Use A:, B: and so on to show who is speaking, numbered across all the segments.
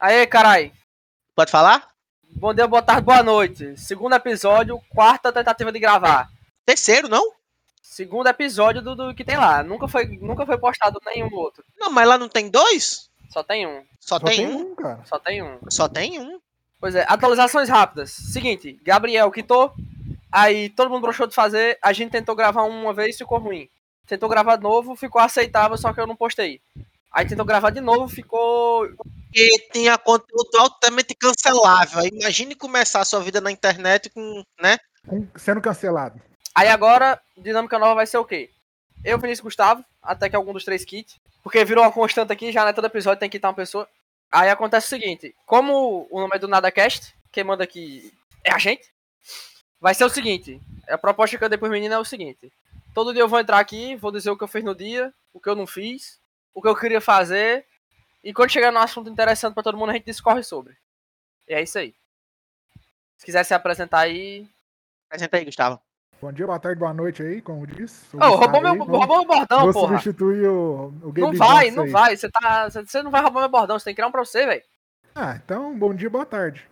A: Aê, carai.
B: Pode falar?
A: Bom dia, boa tarde, boa noite. Segundo episódio, quarta tentativa de gravar.
B: Terceiro, não?
A: Segundo episódio do, do que tem lá. Nunca foi, nunca foi postado nenhum outro.
B: Não, mas lá não tem dois?
A: Só tem um.
B: Só,
C: Só
B: tem,
C: tem
B: um?
C: um, cara.
A: Só tem um.
B: Só tem um.
A: Pois é, atualizações rápidas. Seguinte, Gabriel quitou, aí todo mundo broxou de fazer, a gente tentou gravar uma vez, ficou ruim. Tentou gravar de novo, ficou aceitável, só que eu não postei. Aí tentou gravar de novo, ficou.
B: E tinha conteúdo altamente cancelável. Aí Imagine começar a sua vida na internet com, né?
C: Com- Sendo cancelado.
A: Aí agora, dinâmica nova vai ser o quê? Eu, Vinícius Gustavo, até que algum dos três kits, porque virou uma constante aqui, já né, todo episódio tem que estar uma pessoa. Aí acontece o seguinte, como o nome é do NadaCast, quem manda aqui é a gente, vai ser o seguinte, a proposta que eu dei pros meninos é o seguinte, todo dia eu vou entrar aqui, vou dizer o que eu fiz no dia, o que eu não fiz, o que eu queria fazer, e quando chegar num assunto interessante pra todo mundo, a gente discorre sobre. E é isso aí. Se quiser se apresentar aí,
B: Apresenta aí, Gustavo.
C: Bom dia, boa tarde, boa noite aí, como disse.
A: Ô, roubou
C: né?
A: meu, roubou meu bordão,
C: Vou
A: porra.
C: substituir o, o Gabe
A: Não vai,
C: Johnson
A: não
C: aí.
A: vai. Você tá, você- você não vai roubar meu bordão, você tem que criar um pra você, velho.
C: Ah, então, bom dia, boa tarde.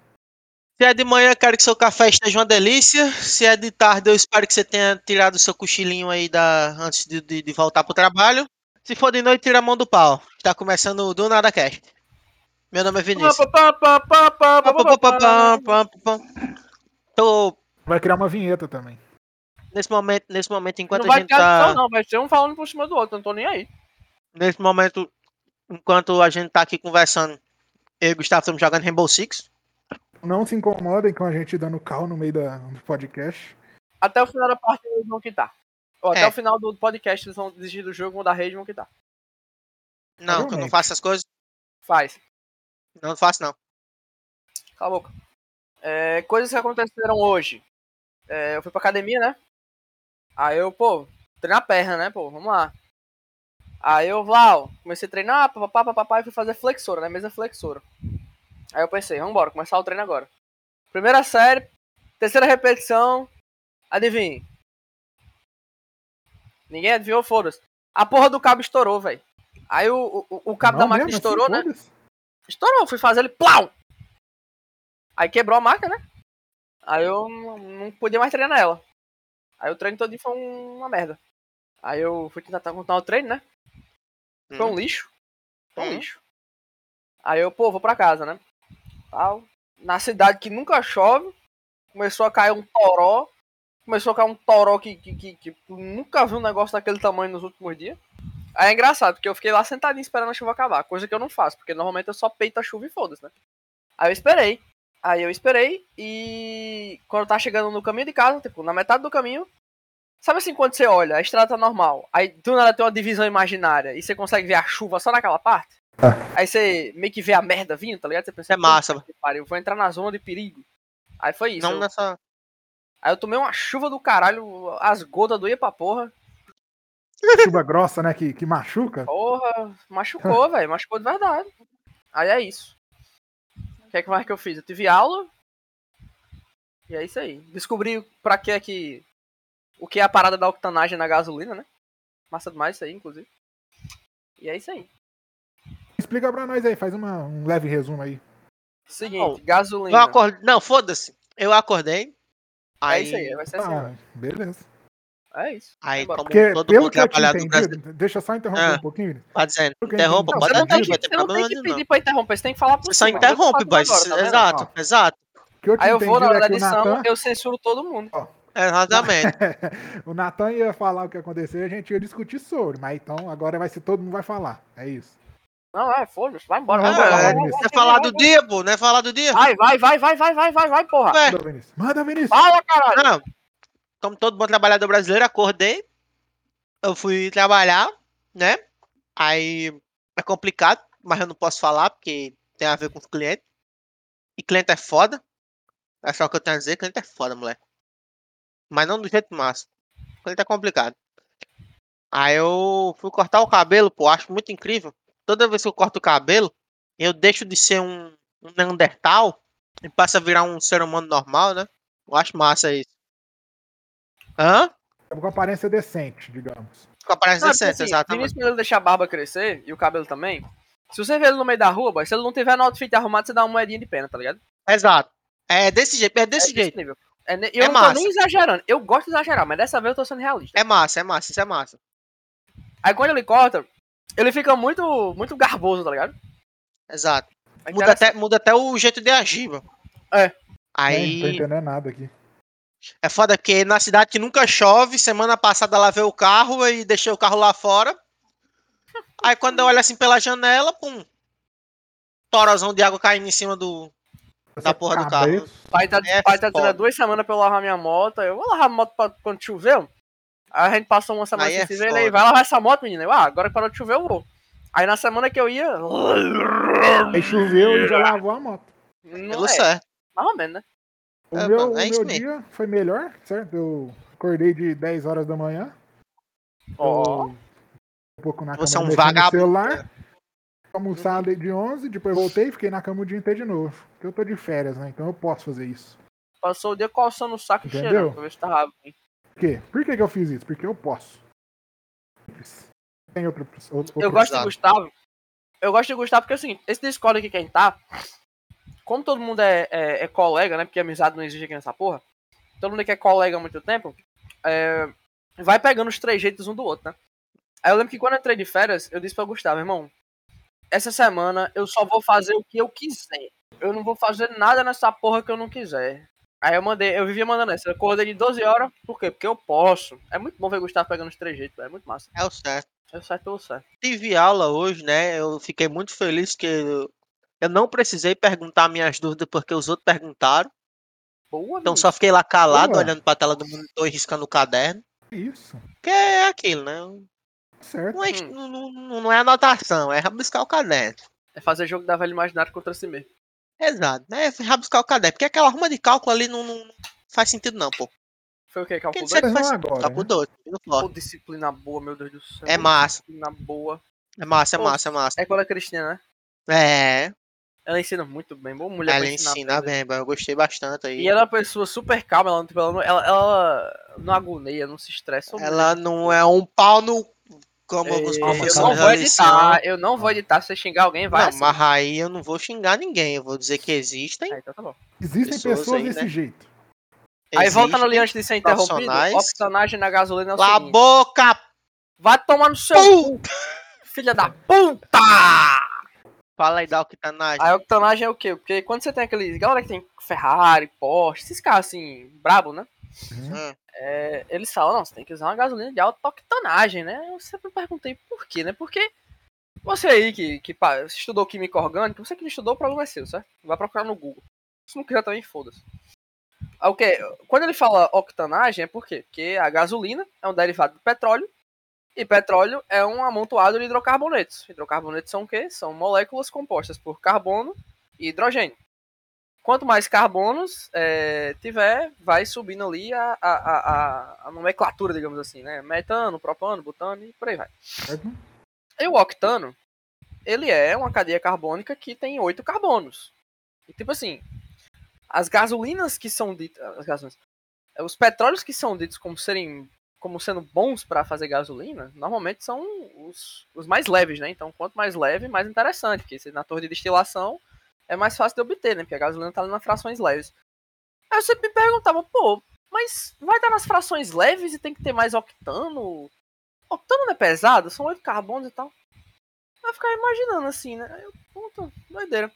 B: Se é de manhã, quero que seu café esteja uma delícia. Se é de tarde, eu espero que você tenha tirado o seu cochilinho aí da... antes de, de, de voltar pro trabalho. Se for de noite, tira a mão do pau. Está começando o do nada cast. Meu nome é Vinícius. Tô
C: Vai criar uma vinheta também.
B: nesse momento, nesse momento,
A: Não
B: enquanto a
A: vai
B: gente
A: ter opção,
B: tá.
A: não. Vai ser um falando por cima do outro, eu não tô nem aí.
B: Nesse momento, enquanto a gente tá aqui conversando, eu e o Gustavo estamos jogando Rainbow Six.
C: Não se incomodem com a gente dando cal no meio da- do podcast.
A: Até o final da partida eles vão quitar. Ou até
B: É.
A: o final do podcast eles vão desistir do jogo, vão dar rede e vão quitar.
B: Não, que eu não
C: Realmente.
B: faço essas coisas.
A: Faz.
B: Não, não faço, não.
A: Cala a boca. É, coisas que aconteceram hoje. É, eu fui pra academia, né? Aí eu, pô, treinar a perna, né, pô, vamos lá. Aí eu, Vlau, comecei a treinar, papapá, papapá, e fui fazer flexora, né, mesa flexora. Aí eu pensei, vambora, começar o treino agora. Primeira série, terceira repetição, adivinha. Ninguém adivinhou, foda-se. A porra do cabo estourou, velho. Aí o, o, o- o cabo
C: Não
A: da máquina
C: mesmo, assim,
A: estourou, né?
C: foda-se.
A: Estourou, fui fazer ele, plau! Aí quebrou a marca, né? Aí eu não não podia mais treinar ela. Aí o treino todinho foi um- uma merda. Aí eu fui tentar continuar o treino, né? Foi um
B: Hum.
A: lixo. Foi um
B: Uhum.
A: lixo. Aí eu, pô, vou pra casa, né? Tal. Na cidade que nunca chove, começou a cair um toró. Começou a cair um toró que, que, que, que tu nunca viu um negócio daquele tamanho nos últimos dias. Aí é engraçado, porque eu fiquei lá sentadinho esperando a chuva acabar, coisa que eu não faço, porque normalmente eu só peito a chuva e foda-se, né? Aí eu esperei. Aí eu esperei e quando eu tava chegando no caminho de casa, tipo, na metade do caminho, sabe assim quando você olha, a estrada tá normal, aí do nada tem uma divisão imaginária e você consegue ver a chuva só naquela parte?
C: Ah.
A: Aí você meio que vê a merda vindo, tá ligado? Você pensa,
B: É massa,
A: "Puta que pariu, eu vou entrar na zona de perigo. Aí foi isso.
B: Não
A: eu-
B: nessa.
A: Aí eu tomei uma chuva do caralho, as gotas doíam pra porra.
C: Chuva grossa, né, que, que machuca.
A: Porra, machucou, velho. Machucou de verdade. Aí é isso. O que é que mais que eu fiz? Eu tive aula. E é isso aí. Descobri pra que é que. O que é a parada da octanagem na gasolina, né? Massa demais isso aí, inclusive. E é isso aí.
C: Explica pra nós aí, faz uma- um leve resumo aí.
A: Seguinte,
B: Eu
A: gasolina.
B: acordei. Não, foda-se. Eu acordei.
A: É
B: Aí,
A: isso aí, vai ser assim.
C: Ah,
A: velho.
C: beleza.
A: É isso.
B: aí
A: Bora.
B: como
C: Porque,
B: todo
C: pelo
B: mundo
C: que eu tinha
B: trabalhador brasileiro.
C: entendido, deixa eu só interromper
B: Ah.
C: um pouquinho.
B: Tá dizendo,
C: Pelo que eu
B: interrompa,
A: você
C: entendi,
B: pode
C: não,
A: não tem
B: interromper,
A: que, você
B: não tem
A: não tem
B: problema
A: que
B: nenhum. não.
A: pedir pra interromper, você tem que falar por
B: Você só
A: cima. Eu tô
B: interrompe,
A: fazendo
B: boy.
A: agora, tá vendo?
B: Exato, exato.
C: O que eu tinha
A: Aí eu vou na
C: entendido
A: hora da
C: é que o
A: edição,
C: Natan-
A: eu censuro todo mundo.
B: Exatamente.
C: o Natan ia falar o que aconteceu e a gente ia discutir sobre, mas então agora vai ser todo mundo vai falar. É isso.
A: Não, é, foda-se, vai embora.
C: Não,
A: vai
C: vai
A: embora,
C: lá,
A: vai, vai,
B: Não
C: Vinícius.
B: é
A: vai,
B: falar
A: vai,
B: do
A: vai.
B: dia, pô. Não é falar do dia.
A: Vai, vai, vai, vai, vai, vai, vai, vai, porra.
B: Ué,
C: Manda, Vinícius. Manda, Vinícius.
A: Fala, caralho.
B: Não, como todo bom trabalhador brasileiro, acordei. Eu fui trabalhar, né? Aí é complicado, mas eu não posso falar porque tem a ver com os clientes. E cliente é foda. É só o que eu tenho a dizer, cliente é foda, moleque. Mas não do jeito massa. Cliente é complicado. Aí eu fui cortar o cabelo, pô, acho muito incrível. Toda vez que eu corto o cabelo, eu deixo de ser um, um Neandertal e passo a virar um ser humano normal, né? Eu acho massa isso. Hã?
C: Com aparência decente, digamos.
B: Com aparência
A: Não, é porque,
B: decente,
A: assim,
B: exatamente.
A: Vinícius Miller deixa a barba crescer e o cabelo também. Se você vê ele no meio da rua, boy, se ele não tiver no outfit arrumado, você dá uma moedinha de pena, tá ligado?
B: Exato. É desse jeito, é desse
A: é
B: jeito.
A: nível. É, ne-
B: É
A: eu não
B: massa.
A: tô nem exagerando. Eu gosto de exagerar, mas dessa vez eu tô sendo realista.
B: É massa, é massa, isso é massa.
A: Aí quando ele corta, ele fica muito, muito garboso, tá ligado?
B: Exato.
A: É
B: Muda até,
A: interessante.
B: muda até o jeito de agir, mano.
A: É.
C: Nem Né? tô
B: Aí
C: entendendo nada aqui.
B: é foda, porque na cidade que nunca chove, semana passada lavei o carro e deixei o carro lá fora. Aí quando eu olho assim pela janela, pum. Torozão de água caindo em cima do. Da
C: Essa
B: porra do
C: cabeça-
A: Pai tá,
B: É
A: pai tá dizendo
B: foda.
A: há duas semanas pra eu lavar minha moto. Eu vou lavar a moto pra, quando chover. mano. Aí a gente passou uma semana
B: Aí
A: sem
B: é
A: se ver. Ele
B: foda.
A: aí vai lavar essa moto, menina. Eu, ah, agora que parou de chover, eu vou. Aí na semana que eu ia.
C: Aí choveu e já lavou a moto.
A: Não
B: Deu
A: é,
B: certo.
A: mais ou menos, né?
C: O
B: É,
C: meu,
B: mano,
C: o
B: é
C: meu
B: isso mesmo.
C: dia foi melhor, certo? Eu acordei de 10 horas da manhã.
A: Ó.
C: Eu- Um pouco na
B: Você é
C: cama
B: um
C: mexendo no
B: vagabundo.
C: celular. Almoçar ali de 11, depois voltei, fiquei na cama o dia inteiro de novo. Porque eu tô de férias, né? Então eu posso fazer isso.
A: Passou o dia coçando o saco e
C: Entendeu?
A: cheirando pra ver se tava. ruim.
C: Por quê? Por que, que eu fiz isso? Porque eu posso. Simples. Tem outro. outro
A: Eu gosto de
B: Exato.
A: Gustavo. Eu gosto de Gustavo porque assim, esse Discord aqui quem tá. Como todo mundo é, é- é colega, né? Porque amizade não existe aqui nessa porra. Todo mundo que é colega há muito tempo. é, vai pegando os três jeitos um do outro, né? Aí eu lembro que quando eu entrei de férias, eu disse pra Gustavo, irmão, essa semana eu só vou fazer o que eu quiser. Eu não vou fazer nada nessa porra que eu não quiser. Aí eu mandei, eu vivia mandando essa. Eu acordei de 12 horas, por quê? Porque eu posso. É muito bom ver Gustavo pegando os três jeitos, é muito massa.
B: É o certo.
A: É certo pelo certo.
B: tive aula hoje, né? Eu fiquei muito feliz que eu, eu não precisei perguntar minhas dúvidas porque os outros perguntaram.
A: Boa,
B: Então
A: menino.
B: só fiquei lá calado,
C: Boa.
B: olhando pra tela do monitor e riscando o caderno.
C: Isso. Tá
B: Que é aquilo, né?
C: Certo.
B: Não é,
A: Hum.
B: não, não- não é anotação, é rabiscar o caderno.
A: É fazer jogo da velha imaginária contra si mesmo.
B: Exato, né? É rabiscar o caderno. Porque aquela arruma de cálculo ali não, não- não faz sentido, não, pô.
A: Foi o quê?
B: Quem
A: Calculador?
B: disser que
C: dois não
B: faz
C: é
B: sentido?
C: agora,
B: Calculo
C: né?
B: 12, no flow.
A: Pô, disciplina boa, meu Deus do céu.
B: É
A: Pô,
B: massa,
A: Disciplina boa.
B: é massa, é
A: Pô,
B: massa, é massa.
A: É com a Cristina, né?
B: É,
A: Ela ensina muito bem. Boa mulher
B: ela
A: pra ensinar. né?
B: ensina bem, eu gostei bastante aí.
A: E ela é uma pessoa super calma, ela, não- tipo, ela, não- ela, ela não agonia, não se estressa. ou
B: Ela não é um pau no. Como
A: nada.
B: alguns
A: Ei, É, eu
B: professores
A: não vou
B: da lição.
A: editar, eu não vou editar. Se você xingar alguém, vai.
B: não,
A: assim.
B: mas aí eu não vou xingar ninguém, eu vou dizer que existem.
A: É, então tá bom.
C: Existem
B: pessoas
C: pessoas,
B: aí, né?
C: desse jeito.
A: Aí voltando
B: existem.
A: ali antes de ser interrompido,
B: profissionais.
A: opcionagem na gasolina é o
B: Cala a
A: seguinte. Então,
B: boca!
A: Vai tomar no seu
B: Pum!
A: filha da puta!
B: Fala aí, dá o que tá na.
A: A octanagem é o quê? Porque quando você tem aqueles. Galera que tem Ferrari, Porsche, esses carros assim, brabo, né?
B: Hum.
A: É, eles falam, não, você tem que usar uma gasolina de alta octanagem, né? Eu sempre perguntei por quê, né? Porque você aí que, que pá, estudou química orgânica, você que não estudou, o problema é seu, certo? Vai procurar no Google. Se não quiser também, foda-se. Ah, o quê? Quando ele fala octanagem, é por quê? Porque a gasolina é um derivado do petróleo. E petróleo é um amontoado de hidrocarbonetos. Hidrocarbonetos são o quê? São moléculas compostas por carbono e hidrogênio. Quanto mais carbonos eh, tiver, vai subindo ali a, a, a, a- a nomenclatura, digamos assim, né? Metano, propano, butano e por aí vai.
C: Certo?
A: E o octano, ele é uma cadeia carbônica que tem oito carbonos. E tipo assim, as gasolinas que são ditas. As gasolinas, eh, os petróleos que são ditos como serem como sendo bons para fazer gasolina, normalmente são os, os mais leves, né? Então, quanto mais leve, mais interessante, porque se na torre de destilação é mais fácil de obter, né? Porque a gasolina tá ali nas frações leves. Aí eu sempre me perguntava, pô, mas vai estar nas frações leves e tem que ter mais octano? Octano não é pesado? São oito carbonos e tal. Aí eu ficava imaginando assim, né? Aí eu, puta, doideira.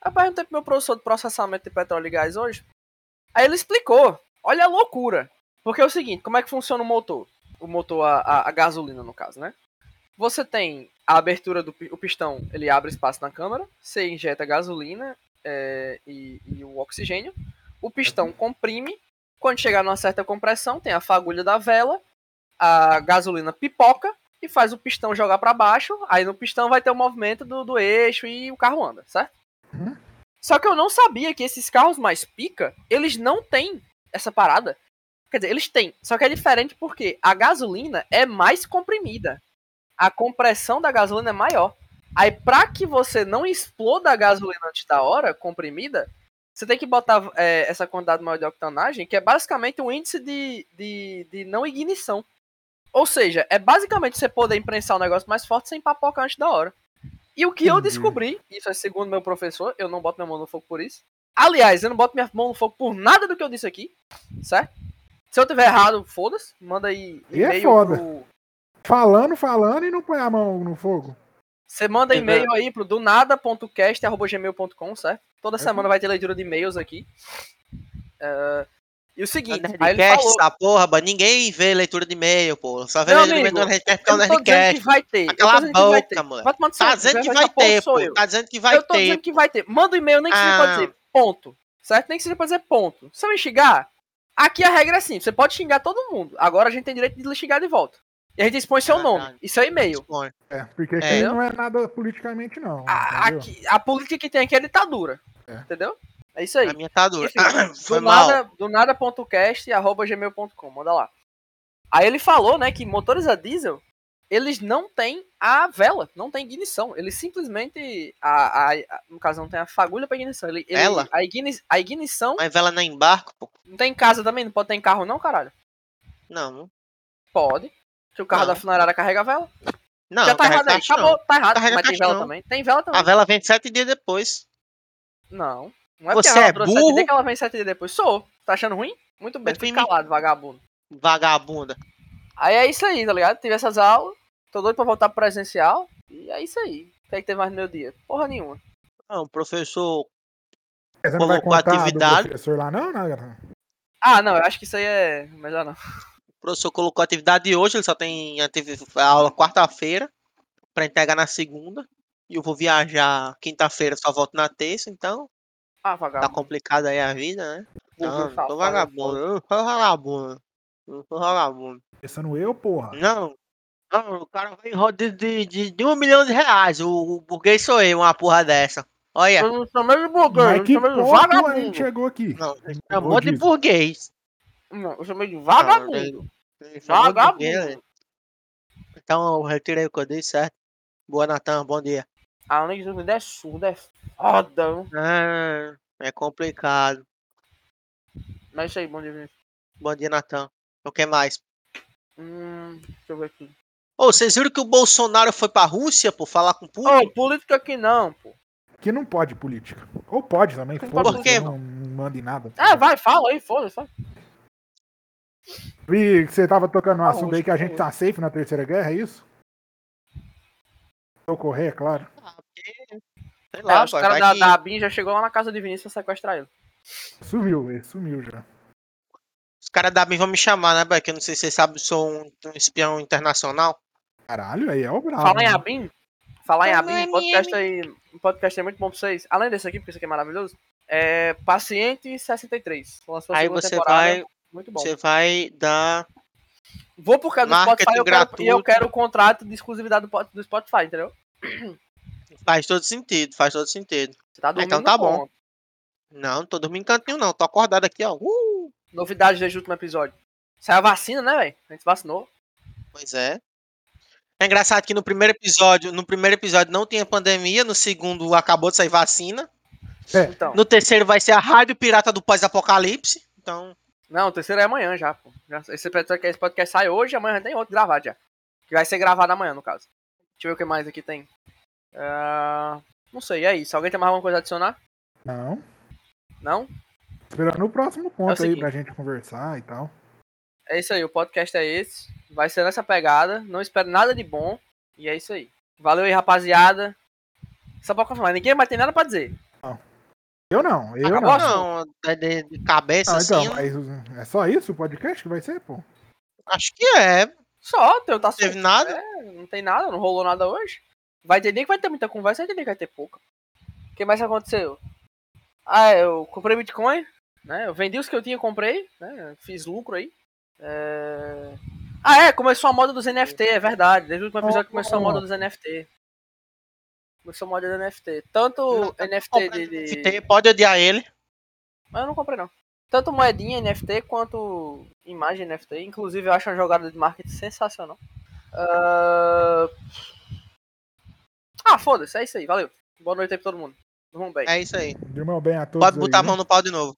A: Aí eu perguntei pro meu professor de processamento de petróleo e gás hoje. Aí ele explicou. Olha a loucura. Porque é o seguinte, como é que funciona o motor? O motor, a, a- a gasolina, no caso, né? Você tem a abertura do pi- o pistão, ele abre espaço na câmara, você injeta gasolina é, e, e o oxigênio, o pistão comprime, quando chegar numa certa compressão, tem a fagulha da vela, a gasolina pipoca e faz o pistão jogar para baixo, aí no pistão vai ter o movimento do, do eixo e o carro anda, certo?
C: Uhum.
A: Só que eu não sabia que esses carros mais pica, eles não têm essa parada. Quer dizer, eles têm. Só que é diferente porque a gasolina é mais comprimida. A compressão da gasolina é maior. Aí, pra que você não exploda a gasolina antes da hora, comprimida, você tem que botar é, essa quantidade maior de octanagem, que é basicamente o índice de, de, de não ignição. um Ou seja, é basicamente você poder imprensar o negócio mais forte sem papocar antes da hora. E o que eu
C: Entendi.
A: descobri, isso é segundo meu professor, eu não boto minha mão no fogo por isso. Aliás, eu não boto minha mão no fogo por nada do que eu disse aqui, certo? Se eu tiver errado, foda-se, manda aí
C: E é
A: e-mail
C: foda.
A: pro.
C: Falando, falando e não põe a mão no fogo.
A: Você manda
B: Uhum.
A: e-mail aí pro donada.cast.gmail.com, certo? Toda
C: Uhum.
A: semana vai ter leitura de e-mails aqui. É, E o seguinte, aí ele
B: tá Nerdcast,
A: falou.
B: essa porra, mas ninguém vê leitura de e-mail, pô. Só vê
A: Não,
B: leitura de e-mail
A: amigo,
B: do Nerdcast porque é
A: Eu
B: o
A: não tô dizendo que
B: Nerdcast.
A: vai ter. eu tô
B: Cala a
A: dizendo que vai
B: boca,
A: ter.
B: moleque.
A: Vai tomar no
B: Tá
A: seu,
B: dizendo que
A: essa
B: vai
A: porra
B: ter,
A: sou
B: pô.
A: eu.
B: Tá dizendo que vai
A: eu tô
B: ter.
A: dizendo que vai ter. Manda um e-mail, nem que seja pra
B: Ah.
A: dizer. Ponto. Certo? Nem que seja pra dizer ponto. Se eu me xingar, aqui a regra é assim: você pode xingar todo mundo. Agora a gente tem direito de lhe xingar de volta. E a gente expõe seu nome
B: Verdade.
A: e seu e-mail.
B: Põe.
C: É, porque aqui
A: É.
C: não é nada politicamente, não.
A: A,
C: entendeu?
A: aqui- a política que tem aqui é ditadura.
C: É.
A: Entendeu? É isso aí.
B: A minha tá dura.
A: Enfim, do
B: Foi
A: é
B: mal.
A: nada, do nada.cast, arroba gmail.com, manda lá. Aí ele falou, né, que motores a diesel, eles não têm a vela, não tem ignição. Eles simplesmente, a, a- a- no caso, não tem a fagulha pra ignição. Ele, ele-
B: Vela?
A: a, igni- a ignição
B: Mas vela não embarca, pô.
A: não tem em casa também, não pode ter em carro não, caralho.
B: Não.
A: Pode. Se o carro
B: Não.
A: da funerária carrega a vela.
B: Não,
A: Já tá
B: carrega
A: errado aí,
B: caixa, não.
A: acabou, tá errado.
B: Carrega
A: mas tem
B: caixa
A: vela
B: não.
A: também. Tem vela também.
B: A vela vem sete dias depois.
A: Não. Não é
B: Você
A: porque ela
B: é
A: durou sete dias
B: burro?
A: que ela vem sete dias depois. Sou. Tá achando ruim? Muito bem,
B: Mas
A: fica
B: tem
A: calado, vagabundo.
B: Vagabunda.
A: Aí é isso aí, tá ligado? Tive essas aulas, tô doido pra voltar pro presencial, e é isso aí. O que é que teve mais no meu dia? Porra nenhuma.
B: Ah, o professor.
C: Mas Você não vai
B: colocou a
C: contar do
B: atividade.
C: professor lá, não, né, nada.
A: Ah, não, eu acho que isso aí é melhor não.
B: O professor colocou a atividade de hoje, ele só tem ativi- aula quarta-feira, pra entregar na segunda. E eu vou viajar quinta-feira, só volto na terça, então
A: Ah,
B: tá
A: vagabundo.
B: complicada aí a vida, né?
A: burro,
B: Não, não
A: safado,
B: tô vagabundo, eu não sou vagabundo. eu Não sou vagabundo.
C: Pensando eu, porra.
B: Não, não, o cara vai em roda de, de, de um milhão de reais. O, o burguês sou eu, uma porra dessa. Olha,
A: Eu não sou mesmo burguês,
C: Mas
A: eu
C: que
A: chamei de
C: ponto a gente
A: vagabundo.
C: chegou aqui?
B: não, ele
C: Eu
B: chamou é um de
C: disse.
B: burguês.
A: Não, eu chamei de vagabundo.
B: Ele chamou de burguês,
A: Vagabundo.
B: né? Então, eu retirei o que eu dei, certo? Boa, Natan, bom dia.
A: A Onyx Zumbi é surda, é foda. viu?
B: Ah, é complicado.
A: Mas é isso aí, bom dia, gente.
B: Bom dia, Natan. O que mais?
A: Hum, deixa eu ver aqui.
B: Ô, vocês viram que o Bolsonaro foi pra Rússia, por falar com o Putin?
A: Ô, política aqui não, pô.
C: Que não pode política. Ou pode também,
A: Por
C: foda-se,
B: quê?
C: não manda em nada.
A: Ah, vai, fala aí, foda-se. vai.
C: Vi que você tava tocando no
A: Ah,
C: assunto aí que a
A: hoje,
C: gente tá safe na Terceira Guerra, é isso? Socorrer, é claro.
B: Ah, Sei
A: É,
B: lá,
A: os
B: pai,
A: caras
B: vai
A: da,
B: que-
A: da Abin já chegou lá na casa de Vinícius pra sequestrar ele.
C: Sumiu, ele sumiu já.
B: os caras da BIM vão me chamar, né, Beck? Eu não sei se vocês sabem, eu sou um, um espião internacional.
C: Caralho, aí é o brabo.
A: Falar em
C: né?
A: Abin, falar em
B: Falar
A: Abin,
B: em
A: podcast aí, um podcast aí muito bom pra vocês. Além desse aqui, porque esse aqui é maravilhoso, é Paciente 63. Lançou a
B: Aí
A: segunda
B: você
A: temporada, é
B: vai-
A: Muito bom.
B: Você vai dar.
A: Vou por causa do
B: Marketing
A: Spotify eu quero, e eu
B: gratuito.
A: quero o contrato de exclusividade do, pod- do Spotify, entendeu?
B: Faz todo sentido, faz todo sentido.
A: Você tá dormindo
B: Então tá
A: não,
B: bom.
A: mano.
B: Não, não tô dormindo em cantinho, não. Tô acordado aqui, ó. Uh!
A: Novidades desde o último episódio. Saiu a vacina, né, velho? A gente se vacinou.
B: Pois é. É engraçado que no primeiro episódio, no primeiro episódio não tinha pandemia, no segundo acabou de sair vacina.
C: É.
A: Então.
B: No terceiro vai ser a Rádio Pirata do Pós-Apocalipse. Então,
A: Não, o terceiro é amanhã já, pô. Já- Esse podcast esse podcast sai hoje, amanhã já tem outro gravado já. Que vai ser gravado amanhã, no caso. Deixa eu ver o que mais aqui tem. Ah, não sei, é isso. Alguém tem mais alguma coisa a adicionar?
C: Não.
A: Não?
C: Esperando o próximo
A: É o
C: ponto aí
A: seguinte.
C: pra gente conversar e tal.
A: É isso aí, o podcast é esse. Vai ser nessa pegada. Não espero nada de bom. E é isso aí. Valeu aí, rapaziada. Só pra confirmar, ninguém mais tem nada pra dizer.
C: Eu não, eu
A: Acabou
C: não.
A: a sua-
B: não, é de, de cabeça
C: Não,
B: assim.
C: então,
B: eu não-
C: mas é só isso o podcast que vai ser, pô?
B: Acho que é. Não
A: Só, teu tá
B: teve
A: solto.
B: nada.
A: Não tem nada, não rolou nada hoje. Vai ter nem que vai ter muita conversa, vai ter nem que vai ter pouca. O que mais aconteceu? Ah, eu comprei Bitcoin, né? Eu vendi os que eu tinha, comprei, né? Fiz lucro aí. É... Ah, é, começou a moda dos NFT, é verdade. Desde o último episódio começou a moda dos NFT. Começou a moda dos NFT. Tanto NFT de- de...
B: NFT, Pode odiar ele.
A: Mas eu não comprei não. Tanto moedinha NFT quanto imagem NFT. Inclusive eu acho uma jogada de marketing sensacional. Ah, Ah, foda-se, é isso aí. Valeu. Boa noite aí pra todo mundo. Vamos bem.
B: É isso aí.
C: Dormam bem a todos.
B: Pode botar a
C: aí.
B: mão no pau de novo.